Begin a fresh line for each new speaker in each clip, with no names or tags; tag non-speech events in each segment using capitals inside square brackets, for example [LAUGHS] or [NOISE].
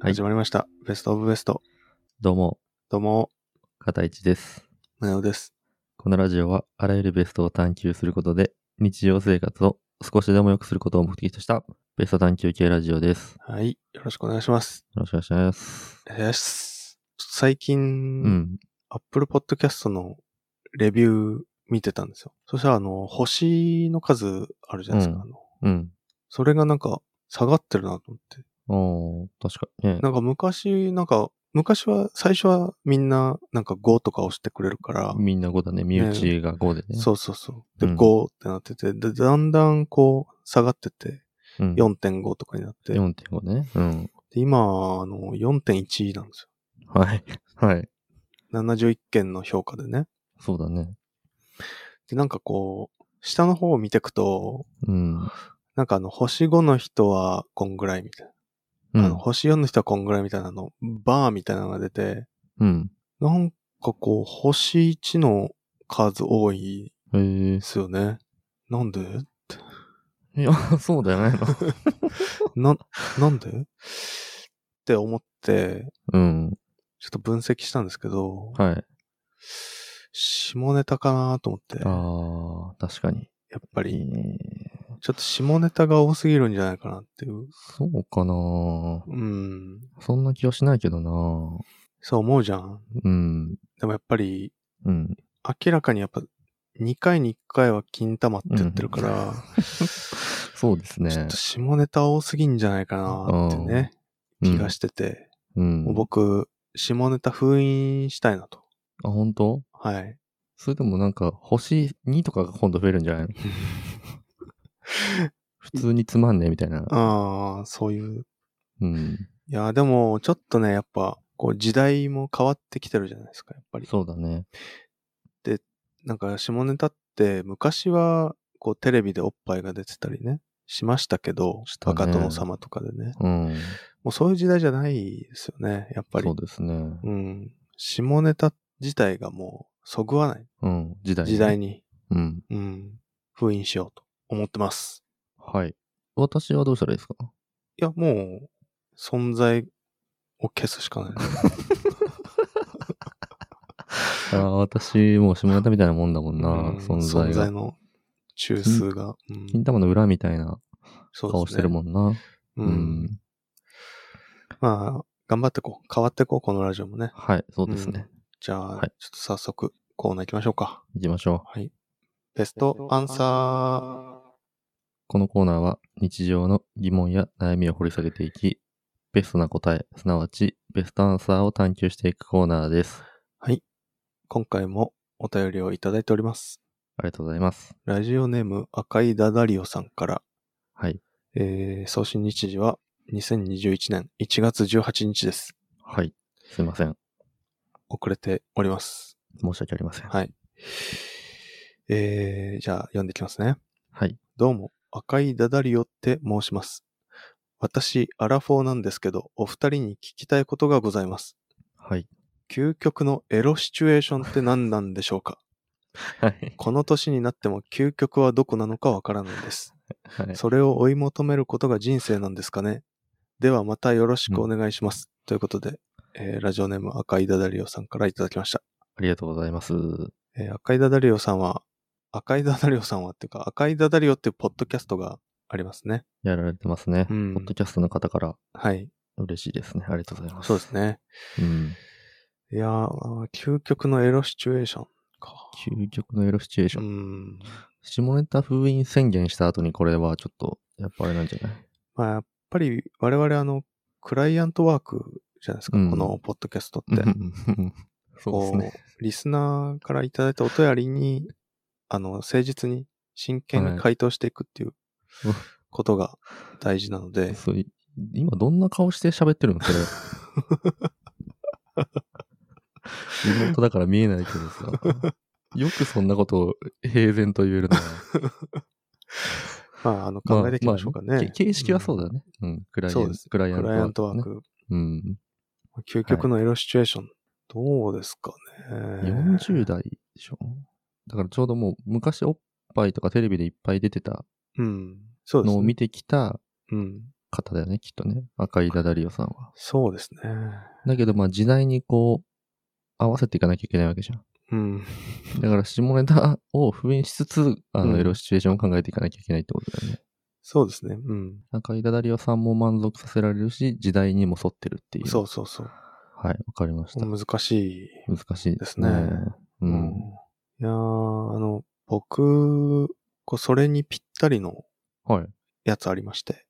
はい
始まりました。ベストオブベスト。
どうも、
どうも、
片市です。
なよです。
このラジオは、あらゆるベストを探求することで、日常生活を少しでも良くすることを目的とした、ベスト探求系ラジオです。よ
はい。よろしくお願いします。
ろしくお願いします。
よし。ちょっと最近、
うん。
Apple Podcast のレビュー見てたんですよ。そしたら、あの、星の数あるじゃないですか。
うん
あの
うん。
それがなんか、下がってるなと思って。
おー、確かにね。
なんか昔、なんか、昔は、最初はみんな、なんか5とか押してくれるから、
みんな5だね。身内が5でね。
そうそうそう。で、
うん
5ってなってて、で、だんだんこう、下がってて、
うん。
4.5とかになって、で
4.5ね。うん。
今、あの、4.1なんです
はい。 [LAUGHS] はい。
よ。71件の評価でね。
そうだね。
で、なんかこう、下の方を見てくと、
うん。
なんかあの、星5の人はこんぐらいみたいな。
う
あの、
ん。
星4の人はこんぐらいみたいなの、バーみたいなのが出て、
うん。
なんかこう、星1の数多い
え
で
ー
すよね。なんで
いや、そうだよね。 [LAUGHS]
な、なんでって思って、
うん。
ちょっと分析したんですけど、
はい。
下ネタかなと思って、や
あー、確かに。
っぱ
いい
り、
ね。
ちょっと下ネタが多すぎるんじゃないかなっていう。
そうかな
うん。
そんな気はしないけどな
そう思うじゃん。
うん。
でもやっぱり、
うん。
明らかにやっぱ、2回に1回は金玉って言ってるから、
[LAUGHS] そうですね。
ちょっと下ネタ多すぎんじゃないかなってね、
うん
気がしてて、
うん。
もう僕、下ネタ封印したいなと。
あ、本当？
はい。
それともなんか、星2とかが今度増えるんじゃない
[LAUGHS]
の普通につまんねえみたいな。
ああ、そういう。
うん。
いや、でも、ちょっとね、やっぱ、こう、時代も変わってきてるじゃないですか、やっぱり。
そうだね。
なんか下ネタって昔はこうテレビでおっぱいが出てたりね、しましたけど、
した
バ
ね
カ殿様とかでね。
うん。
もうそういう時代じゃないですよね、やっぱり
そう。ですね。
うん。下ネタ自体がもうそぐわない
うん。時代ね
時代に、
うん。
うん、封印しようと思ってます。
はい。私はどうしたらいいですか
いや、もう存在を消すしかない。
あー私、もう下ネタみたいなもんだも [LAUGHS] んな、
うん
存在
存在
が。
の中枢が。うん
金玉の裏みたいな
そうですね
顔してるもんな。
う。
うんん。
まあ、頑張ってこう。変わってこう、このラジオもね。
はい、そうですね。
じゃあ、
はい
ちょっと早速コーナー行きましょうか。
行きましょう。
はい。ベストアンサー。
このコーナーは日常の疑問や悩みを掘り下げていき、ベストな答え、すなわちベストアンサーを探求していくコーナーです。
今回もお便りをいただいております。
ありがとうございます。
ラジオネーム赤いダダリオさんから、
はい。
えー、送信日時は2021年1月18日です。
はい。すいません。
遅れております。
申し訳ありません。
はい。えー、じゃあ読んでいきますね。
はい。
どうも、赤いダダリオって申します。私、アラフォーなんですけど、お二人に聞きたいことがございます。
はい。
究極のエロシチュエーションって何なんでしょうか
[LAUGHS] はい。
この年になっても究極はどこなのかわからないです。
はい。
それを追い求めることが人生なんですかね。ではまたよろしくお願いします。ということで、えーラジオネーム赤井ダダリオさんからいただきました。
ありがとうございます。は
えー赤井ダダリオさんは、赤井ダダリオさんはっていうか、赤井ダダリオっていうポッドキャストがありますね。
やられてますね。
うん
ポッドキャストの方から
はい。
嬉しいですね。ありがとうございます。
そうですね。
うん。
いやー、究極のエロシチュエーションか。
究極のエロシチュエーシ
う
ョン。
ん。
下ネタ封印宣言した後にこれはちょっと、やっぱあれなんじゃない
まあ、やっぱり我々あの、クライアントワークじゃないですか、
うん
このポッドキャストっ
う
て。
んうんそうですね。
こう、リスナーからいただいたお便りに、あの、誠実に、真剣に回答していくっていう
うん
ことが大事なので、
そうい今どんな顔して喋ってるの
[LAUGHS]
それ。リモートだから見えないけどさ。よくそんなことを平然と言えるな。
まあ、あの、 [LAUGHS] 考えていきましょうかね。
まあけ形式はそうだね。うん。クライアン
そう
ト
です。
クライ
ク
アント
ライアントワ
ワー
ー
クね。
ク。
うん。
究極のエロシチュエーション。どうですかね。
40代でしょ。だからちょうどもう昔おっぱいとかテレビでいっぱい出てた
うん。そうです
のを
ね。
見てきた
うん。
方だよね、きっとね。赤井ダダリオさんは。
そうですね。
だけど、まあ、時代にこう、合わせていかなきゃいけないわけじゃん。
うん。
だから、下ネタを封印しつつ、あ
う
の、
ん
エロシチュエーションを考えていかなきゃいけないってことだよね。
そうですね。うん。
赤井ダダリオさんも満足させられるし、時代にも沿ってるっていう。。
そううそうそう。
はい、わかりました。
難しい。
難しいですね。
ですね
う。
うんいやー、あの、僕、こうそれにぴったりの
はい。
やつありまして。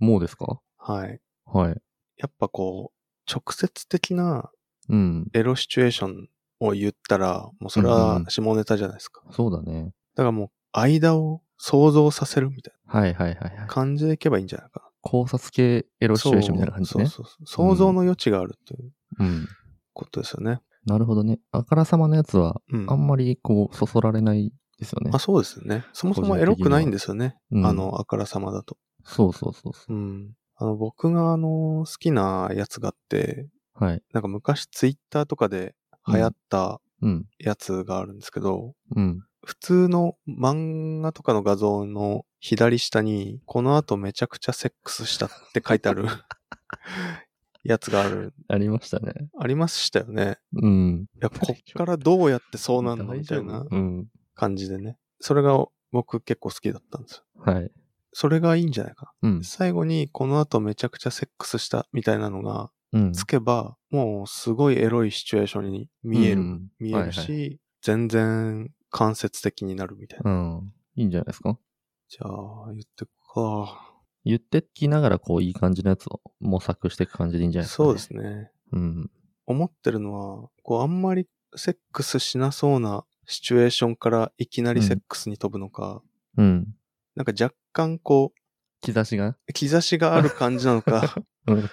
もうですか
はい。
はい。
やっぱこう、直接的な
うん。
エロシチュエーションを言ったら、もうそれ
うん
は
うん
下ネタじゃないですか。
そうだね。
だからもう、間を想像させるみたい
はいはいはいはい。
な感じでいけばいいんじゃないか
考察系エロ
な。
シチュエーションみたいな感じね。
そうそうそう。想像の余地があるという
うん。
ことですよね。
なるほどね。あからさまのやつは、
うん。
あんまりこう、そそられないですよね
あ、。そうですよね。そもそ
個
も
人的
エロ
には
くないんですよね。
うん
あの、あからさまだと。
そうそうそうそうう。
ん。あの、僕があの、好きなやつがあって、
はい。
なんか昔ツイッターとかで流行った
うん。
やつがあるんですけど、
うん。
普通の漫画とかの画像の左下に、この後めちゃくちゃセックスしたって書いてある
[LAUGHS]
やつがある、
ありましたね。
ありましたよね。
うん。
いや、こっからどうやってそうなんの
大
みた
丈夫
いな
うん。
感じでね。それが僕結構好きだったんですよ。
はい。
それがいいんじゃないかな。
うん。
最後に、この後めちゃくちゃセックスしたみたいなのが
うん。
つけば、もうすごいエロいシチュエーションに見える。
うん
見えるし、
はいはい
全然間接的になるみたいな。
うん。いいんじゃないですか
じゃあ、言ってくか。
言ってきながら、こう、いい感じのやつを模索していく感じでいいんじゃないですか、。
そうですすね。
うん。
思ってるのは、こう、あんまりセックスしなそうなシチュエーションからいきなりセックスに飛ぶのか、
うん。
なんか若干こ
兆しが
う、兆しがある感じなの
[LAUGHS]
か、
うん
っ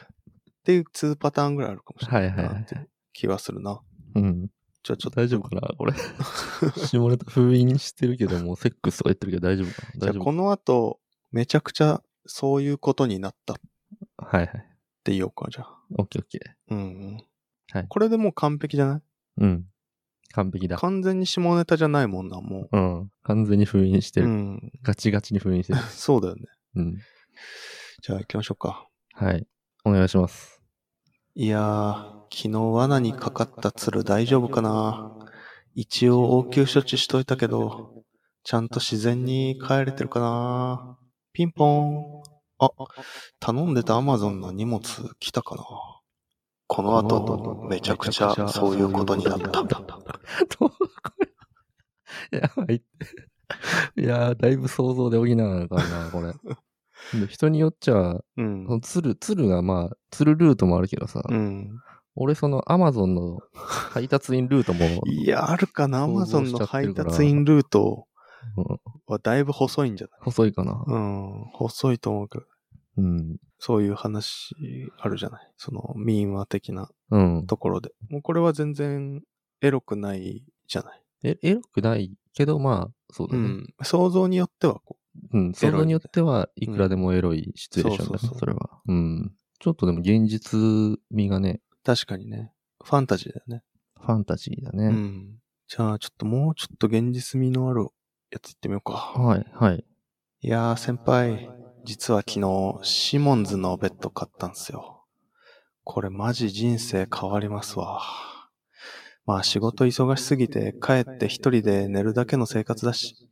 ていう2パターンぐらいあるかもしれない
はいはいは
ないっていう気はするな。
うん。
じゃあちょっと、
大丈夫かなこれ。 [LAUGHS] 下ネタ封印してるけども、セックスとか言ってるけど大丈夫か
じ
な
ゃ
大
あ
丈夫
この後、めちゃくちゃそういうことになったっ
はいはい。
て言おうか、じゃあ。
オッケーオッケ
うんうん。
はい
これでもう完璧じゃない
ー。うん。完璧だ。
完全に下ネタじゃないもんな、も
うん。完全に封印して
う。う
る。
ん。
ガチガチに封印してる。
そうだよね。
うん。
じゃあ行きましょうか。
はい。お願いします。
いやー、昨日罠にかかった鶴大丈夫かな一応応急処置しといたけど、ちゃんと自然に帰れてるかなピンポーン。あ、頼んでたアマゾンの荷物来たかなこの後、めちゃくちゃそういうことになった。
どうこれ。やばいって。いやー、だいぶ想像で補わなあかんな、これ。で人によっちゃ、
うん
その鶴、鶴がまあ、鶴ルートもあるけどさ、
うん。
俺そのアマゾンの配達員ルートも、
[LAUGHS] いや、あるかなアマゾ
想像
ン
しち
の
ゃって
配
るから
達員ルート
うん
はだいぶ細いんじゃない
細いかな。
うん、細いと思うけど。
うん。
そういう話あるじゃないその民話的な
うん。
ところで。もうこれは全然エロくないじゃない。
え、エロくないけど、まあ、そうだ
う
ね。
ん。想像によってはこ
うん、
エ
想
ロい
像によってはいくらでもエロいシチュエーションだ
そ
ね、
うそうそう
それは。うん。ちょっとでも現実味がね、
う、確かにね、ファンタジーだよね。
ファンタジーだ
う
ね。
ん。じゃあちょっともうちょっと現実味のあるやついってみようか。
はい、はい。
いやー先輩、実は昨日シモンズのベッド買ったんすよ。これマジ人生変わりますわ。まあ仕事忙しすぎて帰って一人で寝るだけの生活だし、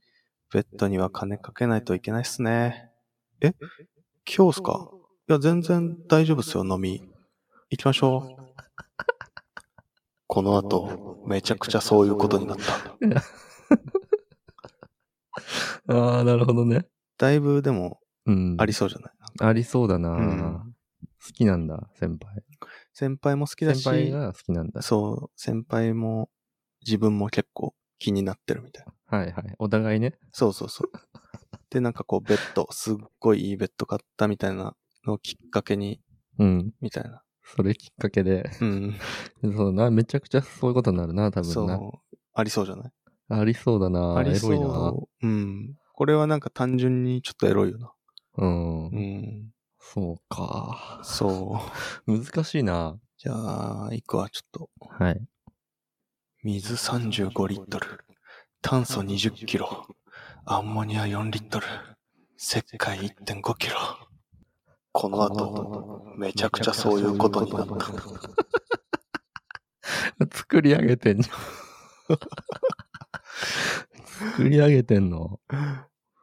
ベッドには金かけないといけないっすね。え今日っすかいや、全然大丈夫っすよ、飲み。行きましょう。この後、めちゃくちゃそういうことになった。
ああ、なるほどね。
だいぶでも、
うん。
ありそうじゃない
ありそうだな、
うん
好きなんだ、先輩。
先輩も好きだし、
先輩が好きなんだ。
そう、先輩も自分も結構気になってるみたいな。
はいはい。お互いね。
そうそう
[LAUGHS]
そう。で、なんかこうベッド、すっごいいいベッド買ったみたいなのをきっかけに、
うん。
みたいな。
それきっかけで、 [LAUGHS]
うん。
そうな、めちゃくちゃそういうことになるな、多分な。
そう。ありそうじゃない
ありそうだな、
あり
エロ
そう。うん。これはなんか単純にちょっとエロいよな。
いな。うん。
うん。
そうか。
そう。
難しいな。
じゃあ、行くわ、ちょっと。
はい。
水35リットル。炭素20キロ。アンモニア4リットル。石灰1.5キロ。この後、めちゃくちゃそういうことになった。
[LAUGHS] 作り上げてんじゃん。作り上げてんの。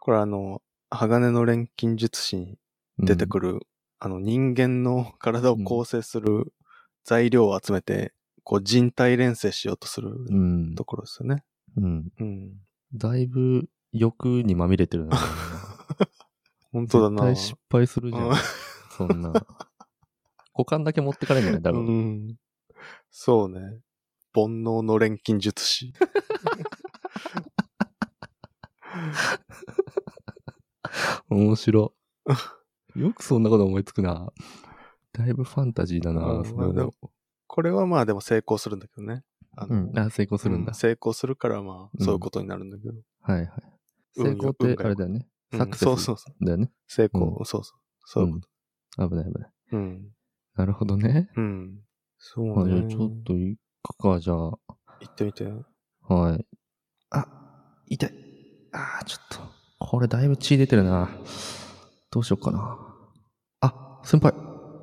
これあの、鋼の錬金術師に出て
る。
くる、あの人間の体を構成する材料を集めて、こう人体錬成しようとする
うん。
ところですよね。
うん。
うん。
だいぶ欲にまみれて
[LAUGHS]
るな。
本当だな。
絶対失敗するじゃん
うん。
そんな。股間だけ持ってかれるのね、だろ。
うん。そうね。煩悩の錬金術師。
面白。よくそんなこと思いつくな。だいぶファンタジーだ
う
な、
ん
それ
まあでも
も。
これはまあでも成功するんだけどね。あ
う
の
ん。あ、成功するんだ
う。成功するからま
う
あ、
ん
そういうことになるんだけど。
はいはい。
運
成
よ
功っ
運
て、
が
あれだよね。
うん
サクセ
そうそ
ス
うそう。
だよね。
成功、そうそう。そういうこ
うん危ない危ない。
と。うん。
なるほどね。
うん。そう
まあじゃあ
ね。
ちょっと行くか、じゃあ。
行ってみて。
はい。あ、痛い。あー、ちょっと。これだいぶ血出てるな。どうしようかな。あ、先輩。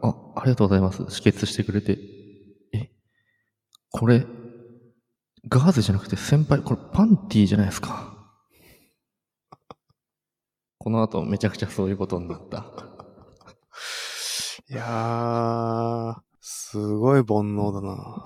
あ、ありがとうございます。止血してくれて。え、これ、ガーゼじゃなくて先輩、これパンティーじゃないですか。この後めちゃくちゃそういうことになった。
いやー、すごい煩悩だ
[LAUGHS]
な。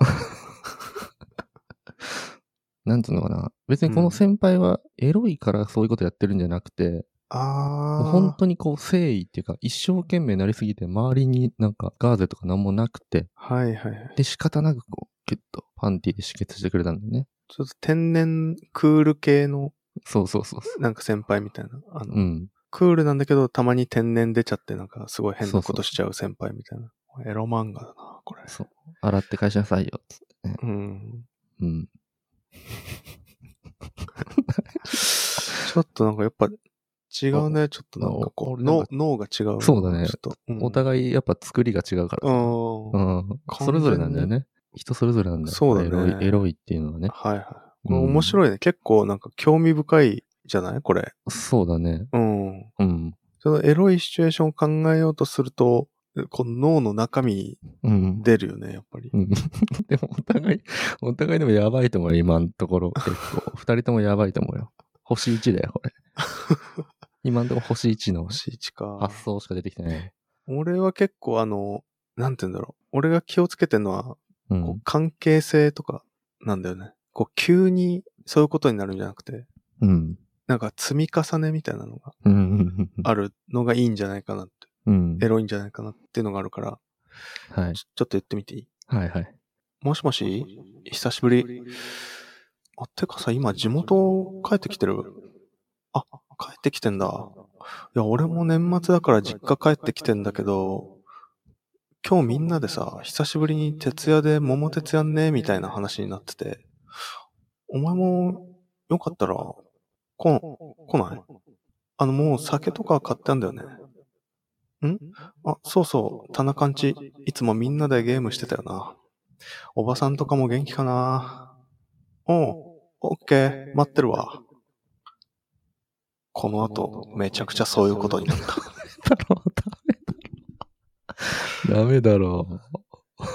なんつうのかな。別にこの先輩はエロいからそういうことやってるんじゃなくて、もう本
あー。
当にこう誠意っていうか、一生懸命なりすぎて、周りになんかガーゼとかなんもなくて、
はいはいはい。
で仕方なくこう、キュッとパンティで止血してくれたんだよね。
ちょっと天然クール系の
そうそうそうそ
なんか先輩みたいな。あの
う。うん。
クールなんだけど、たまに天然出ちゃって、なんかすごい変
そう
な
そ
こ
う
としちゃう先輩みたいな。エロ漫画だな、これ。
そう。洗って返しなさいよ、つって。
うん。 [LAUGHS]
うん。
ちょっとなんかやっぱ違うね、ちょっとなんかこう、
あ俺なん
脳
か
脳が違う。
そうだね
ちょっと。うん
お互いやっぱ作りが違うから。
うん。
う
は
ん。それぞれなんだよね。人それぞれなんだよ。
そうだね
エロい、エロいっていうのはね
い。はい。こ
う
れ
ん
面白いね。結構なんか興味深いじゃないこれ。
そうだね。
うん。
うん。
そのエロいシチュエーションを考えようとすると、この脳の中身
うん。
出るよね、やっぱり。
うん [LAUGHS] でもお互い、お互いでもやばいと思うよ、今のところ。結構。二人ともやばいと思うよ。星1だよ、こ
[LAUGHS]
れ。今のところ星1の
星1か。
発想しか出てきてない。
俺は結構あの、なんて言うんだろう。俺が気をつけてるのは、
う。
こうん関係性とかなんだよね。こう急にそういうことになるんじゃなくて、
うん。
なんか積み重ねみたいなのが
うんうん。
あるのがいいんじゃないかなって、
うん。
エロいんじゃないかなっていうのがあるから、
はい
ち。ょちょっと言ってみていい
はいはい。
もしもし久しぶり。あ、てかさ、今地元帰ってきてるあ、帰ってきてんだ。いや、俺も年末だから実家帰ってきてんだけど、今日みんなでさ、久しぶりに徹夜で桃徹やんねみたいな話になってて、お前もよかったら、こん、来ないあの、もう酒とか買ったんだよね。んあ、そうそう、田中んち、いつもみんなでゲームしてたよな。おばさんとかも元気かなおう、オッケー、待ってるわ。この後、めちゃくちゃそういうことになった。
だろう、ダメだろう。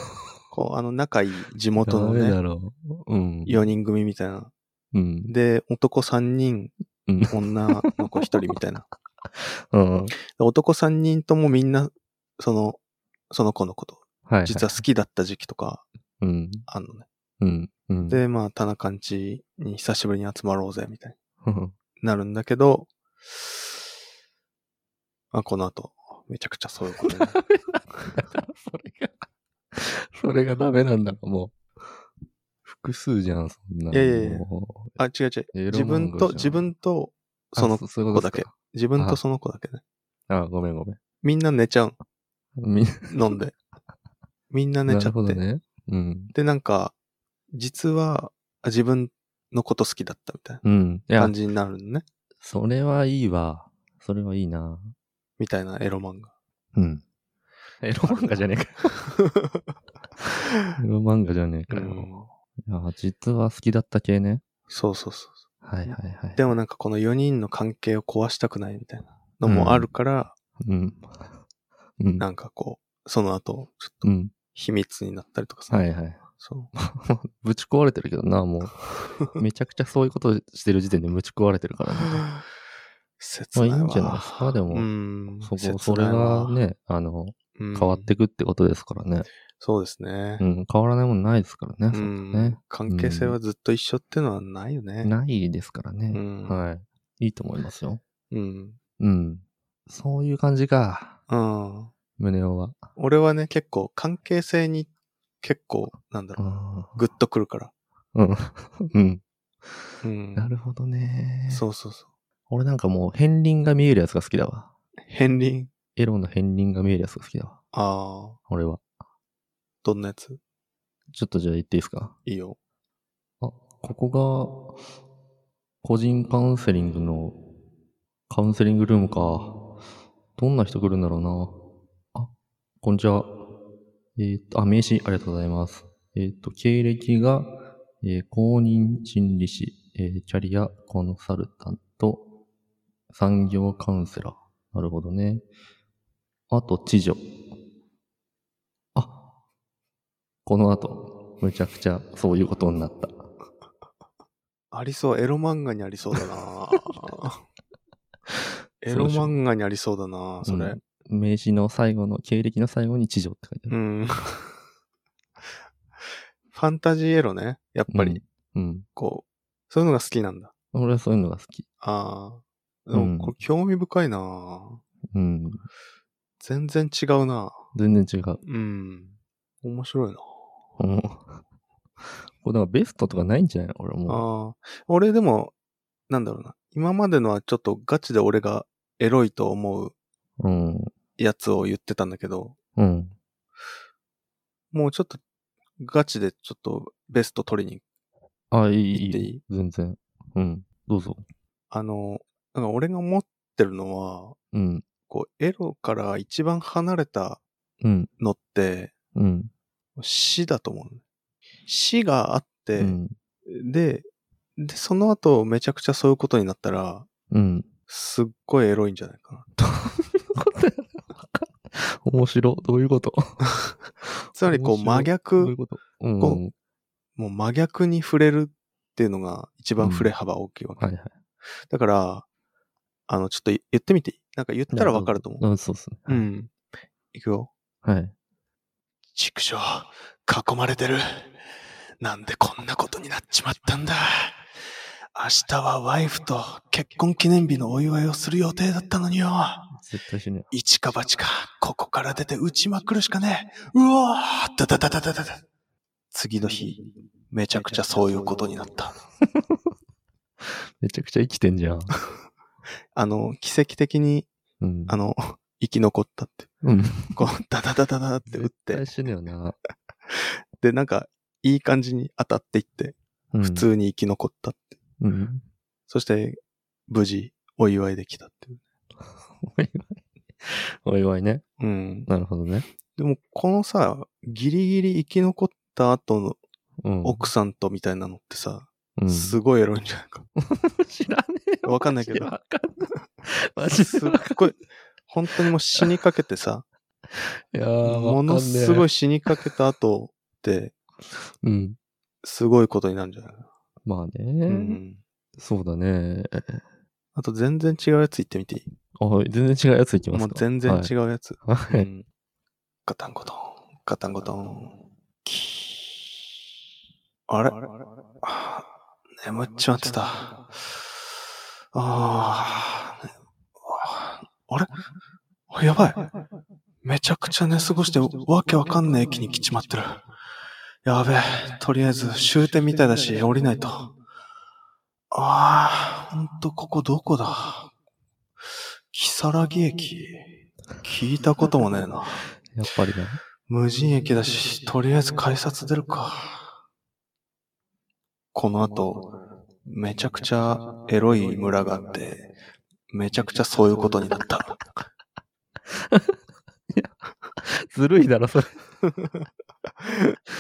こう、あの、仲いい地元
ダ
の
メだ
ね、
ろう。うん。
4人組みたいな。
うん。
で、男3人、
うん
女の子1人みたい
[LAUGHS]
な。
うん。
で男3人ともみんな、その、その子のこと、
はい。
実は好きだった時期とか、
はい。うん。
あんのね。
うん。うん。
で、まあ、田中んちに久しぶりに集まろうぜ、みたい
うん、
になるんだけど、まあ、この後、めちゃくちゃそういうことになる。
[LAUGHS] それが、 [LAUGHS] それがダメなんだろう、もう。複数じゃん、そんなの。
いやいやいや
も
あ、違う違う。
うエロ漫画じゃ
自
ん
分と、自分と、その
あ、そういう
子
こ
だ
と
け
です。
自分とその子だけね。
かあ、ごめんごめん。
みんな寝ちゃう
みん
の。飲
[LAUGHS]
んで。みんな
な
寝ちゃっ
るほど
て。
ね。うん。
で、なんか、実は、あ自分のこと好きだったみたい
うん。い
な
や
感、じになるのね。
それはいいわ。それはいいな。
みたいなエロ漫画。 [LAUGHS]
うん。エロ漫画じゃねえか。 [LAUGHS] エロ漫画じゃねえか
う
よ。
ん
いや、実は好きだった系ね。
そうそうそ
はいはいは
う。
い。
でもなんかこの4人の関係を壊したくないみたいなのもあるから、
うん。うん。
なんかこう、その後、ちょっと
うん。
秘密になったりとかさ。
はいはい。
そう。
[LAUGHS] ぶち壊れてるけどな、も
[LAUGHS]
う。めちゃくちゃそういうことしてる時点でぶち壊れてるからね。
切ないわ。
まあいいんじゃないですかでも
うん。
そ
切ない
こ、
わ
それが、ね、あの、
変
変わっていくってことですからね。
そうですね
う。ん、変わらないもんないですからね。
う
そ
ん
うだね。
関係性はずっと一緒ってのはないよね。
ないですからね。
うん
はい。いいと思いますよ。
うん。
うん。そういう感じか、
うん。
胸をは。
俺はね、結構関係性に結構、なんだろ
あ
う、グッとくるから。
ーうん。うん。
うん。
なるほどね。
そうそうそう。
俺なんかもう、片鱗が見えるやつが好きだわ。
片鱗。
エロの片鱗が見えるやつが好きだわ。
ああ、
俺は。
どんなやつ
ちょっとじゃあ言っていいですか
いいよ。
あ、ここが、個人カウンセリングの、カウンセリングルームか。どんな人来るんだろうな。あ、こんにちは。えーっと、あ、名刺ありがとうございます。えーっと、経歴が、えー公認心理師、えーキャリアコンサルタント、産業カウンセラー。なるほどね。あと、知女。あ、この後、むちゃくちゃそういうことになった。
ありそう。エロ漫画にありそうだなエロ漫画にありそうだなそれ。
うん名刺の最後の、経歴の最後に地上って書いてあ
う
る。
ん。ファンタジーエロね。やっぱり、
うん。
こう、そういうのが好きなんだ。
うん。俺はそういうのが好き。
ああ。で
う
も、
ん
これ興味深いな
うん。
全然違うな
全然違う。
うん。面白いな
うん。 [LAUGHS] これだからベストとかないんじゃないの俺も
ああ。俺でも、なんだろうな。今までのはちょっとガチで俺がエロいと思う
う。うん。
やつを言ってたんだけど、
うん。
もうちょっとガチでちょっとベスト取りに
あ、いい、
行
い
っていい
い。全然。うん。どうぞ。
あの、なんか俺が持ってるのは、
うん。
こう、エロから一番離れた
うん。
のって、
うん。
死だと思うの。死があっ
う
て、
ん。
で、で、その後めちゃくちゃそういうことになったら、
うん。
すっごいエロいんじゃないかな。
面白。どういうこと
[LAUGHS] つまりこう
面白い
真
どうい
逆
う、ことうん。
こ
は
もう真逆に触れるっていうのが一番触れ幅大きいわけ。
いはい。
だから、あの、ちょっと言ってみていいなんか言ったらわかると思う。
うん、そうですね。
うん。いくよ。
はい。
畜生、囲まれてる。なんでこんなことになっちまったんだ。明日はワイフと結婚記念日のお祝いをする予定だったのによ。
絶対しね
一か八か、ここから出て撃ちまくるしかねえ。うわーだだだだだだだ。次の日、めちゃくちゃそういうことになった。
え。めちゃくちゃ生きてんじゃん。
あの、奇跡的に、
うん。
あの、 [LAUGHS] 生き残ったって。
うん。
こう、ダダダダダダって打っ
絶
て
対、死ぬよな。
で、なんか、いい感じに当たっていって、
うん
普。通に生き残ったって。
うん。 [LAUGHS]
そして、無事、お祝いできたっていう。
お祝い。お祝いね。
うん。
なるほどね。
でも、このさ、ギリギリ生き残った後の
うん。
奥さんとみたいなのってさ、
うん、
すごいエロいんじゃ
[LAUGHS]
ないか。
知らねえよ。
わかんないけど
マジ
す
で
っ
わかんない。マジでわかん
ごい、本当にもう死にかけて
[LAUGHS]
さ、
ない。いやー
ものすご
い。
い死にかけた後って、
うん。
すごいことになるんじゃないかな。
まあね、
うん。
そうだね。
あと、全然違うやつ言ってみていい
あ、全然違うやついきます
も
か
う全然違うやつ。
う。はい。はい、
ガタンゴトン、ガタンゴトン。あれあ眠っちまってた。ああー。あれあやばい。めちゃくちゃ寝過ごしてわけわかんねえ駅に来ちまってる。やべえ。とりあえず終点みたいだし降りないと。ああー、ほんとここどこだ。木更木駅。聞いたこともねえな。
やっぱりね。
無人駅だし、とりあえず改札出るか。この後、めちゃくちゃエロい村があって、めちゃくちゃそういうことになった。
ずるいだろ、それ。 [LAUGHS]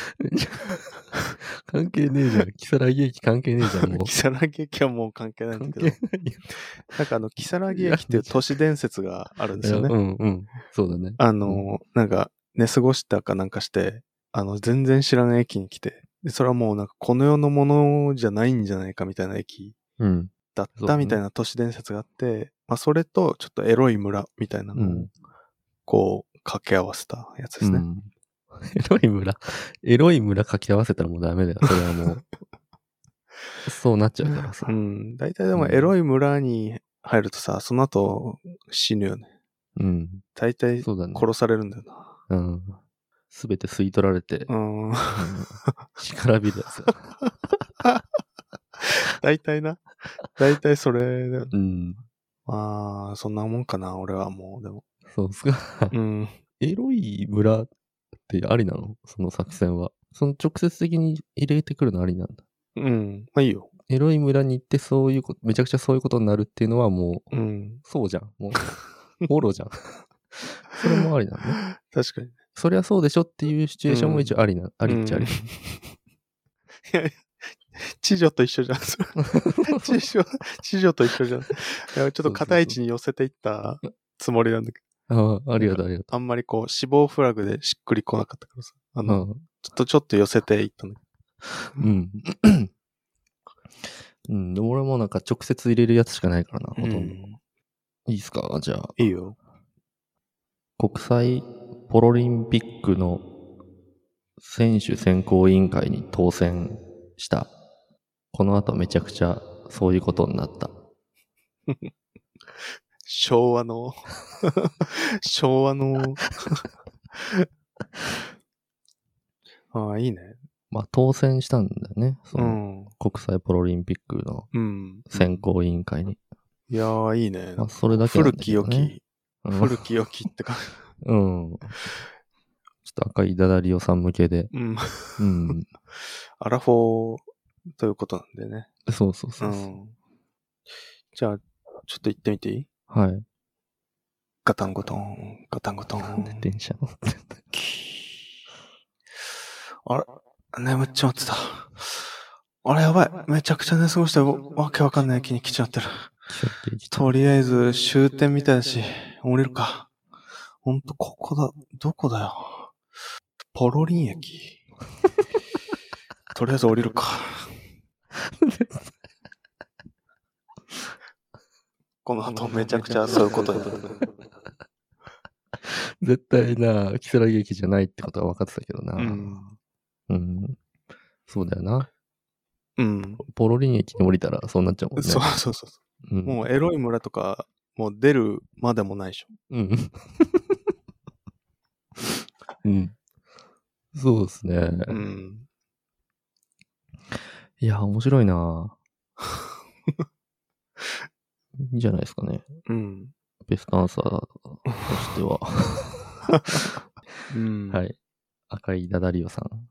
関係ねえじゃん。木更木駅関係ねえじゃん、もう
[LAUGHS] 木。更木駅はもう関係ないんだ
関
け
係
ど
ない、よ。
なんかあの、木更木駅っていう都市伝説があるんですよね
いや。うんうん。そうだね。
あの、なんか、寝過ごしたかなんかして、あの、全然知らない駅に来て、でそれはもうなんか、この世のものじゃないんじゃないかみたいな駅
うん。
だっ
そう
た
ね
みたいな都市伝説があって、まあ、それと、ちょっとエロい村みたいな
う
のを
ん、。
こう、掛け合わせたやつですね。
うんエロい村。エロい村書き合わせたらもうダメだよ。それ
[LAUGHS]
はもう。そうなっちゃうからさ
う。ん。大体でも、エロい村に入るとさ、その後、死ぬよね。
うん。
大体、
そうだね。
殺されるんだよな。
うん。すべて吸い取られて
う、ん。 [LAUGHS]
力びるやつ。
大体な。大体それだよね。
うん。
まあ、そんなもんかな、俺はもう、でも。
そうっすか。
うん。
エロい村ってありなのその作戦は。その直接的に入れてくるのありなんだ。
うん。まあいいよ。
エロい村に行ってそういうこと、めちゃくちゃそういうことになるっていうのはもう、
うん。
そうじゃん。も
[LAUGHS]
う、ボロじゃん。それもありなのね。
確かに。
そりゃそうでしょっていうシチュエーションも一応ありな、ありっちゃあり。
うん。いや、知女と一緒じゃん。それ知女、知女と一緒じゃん。いや、ちょっと片位置に寄せていったつもりなんだけど、
[LAUGHS] ああ、ありがとう、ありがと
あんまりこう、死亡フラグでしっくりこなかったからさ。あ
う。う
の、
ん。
ちょっとちょっと寄せていったんだけ
うん。うん、でも俺もなんか直接入れるやつしかないからな、ほ
ど。
とんど。いいっすかじゃあ、
いいよ。
国際ポロリンピックの選手選考委員会に当選した。この後めちゃくちゃそういうことになった。
昭和
[LAUGHS]
の、昭和の、ああ、いいね。
まあ当選したんだよね。そうの
ん。
国際ポロリンピックの
うん。
選考委員会に。
いやー、いいね。
まあそれだけなん
古
だ
き
けど
良
ね、
き、
うん
古き良きって感じ。
うん。ちょっと赤いダダリオさん向けで。
うん。
うん。
アラフォーということなんでね。
そうそう
う
そうそう、
ん。じゃあ、ちょっと行ってみていい
はい。
ガタンゴトン、ガタンゴトン。
電車乗ってた。
あれ眠っちまってた。あれやばい。めちゃくちゃ寝過ごしたよ。わけわかんない気に来ちまってる。
来たって来た
とりあえず終点みたいだし、降りるか。ほんと、ここだ、どこだよ。ポロリン駅。とりあえず降りるか。 [LAUGHS] この後めちゃくちゃそういうことになる。
絶対な、キサラ劇じゃないってことは分かってたけどな。
うん。
うんそうだよな。
うん。
ポロリン駅に降りたらそうなっちゃうもんね。
そうそうそうう。
ん。
もうエロい村とか、もう出るまでもないでしょ。
うん。 [LAUGHS] うん。そうですね。
うん。
いや、面白いな [LAUGHS] いいんじゃないですかね。
うん。
ベストアンサーとしては。
[LAUGHS] うん。。
はいい。赤いダダリオさん。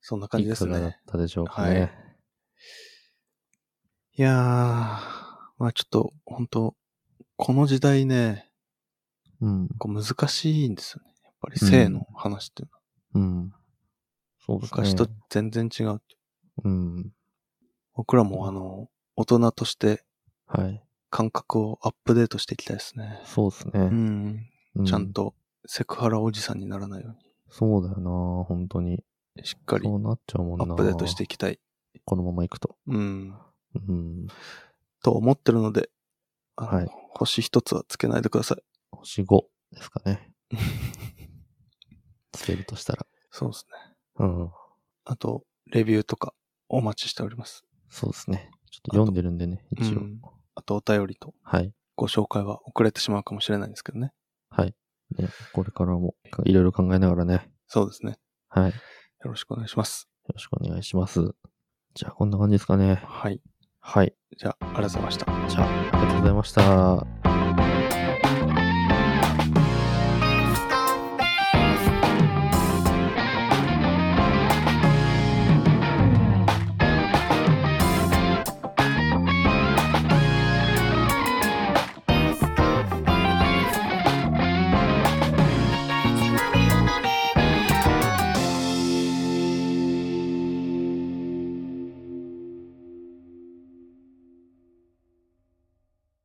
そんな感じです
いくらだっ
ね。
たでしょうかね。
はいいやー、まあちょっと、本当この時代ね、
うん。
こう難しいんですよね。やっぱり
うん
性の話っていうのは、
うん。そうですね。
昔と全然違う。
うん。
僕らもあの、大人として
はい。
感覚をアップデートしていきたいですね。
そうです
う
ね。
ん。
う
ちゃん。とセクハラおじさんにならないよう
そうだよな本当に。
に、しっかり
そうなっちゃうもん
ア
な
ップデートしていきたい。
このまま行くと。
うん。
うん。
と思ってるので、あの
はい
星一つはつけないでください。
星5ですかね。 [LAUGHS] つけるとしたら。
そうですね。
うん。
あと、レビューとかお待ちしております。
そうですね。ちょっと読んでるんでね、一応。
うんあと、お便りと
はい。
ご紹介は遅れてしまうかもしれないんですけどね。
はい。ね、これからもいろいろ考えながらね。
そうですね。
はい。よ
よろしくお願いします。
ろしくお願いします。じゃあ、こんな感じですかね。
はい。
はい。
じゃあ、ありがとうございました。
じゃあ、ありがとうございました。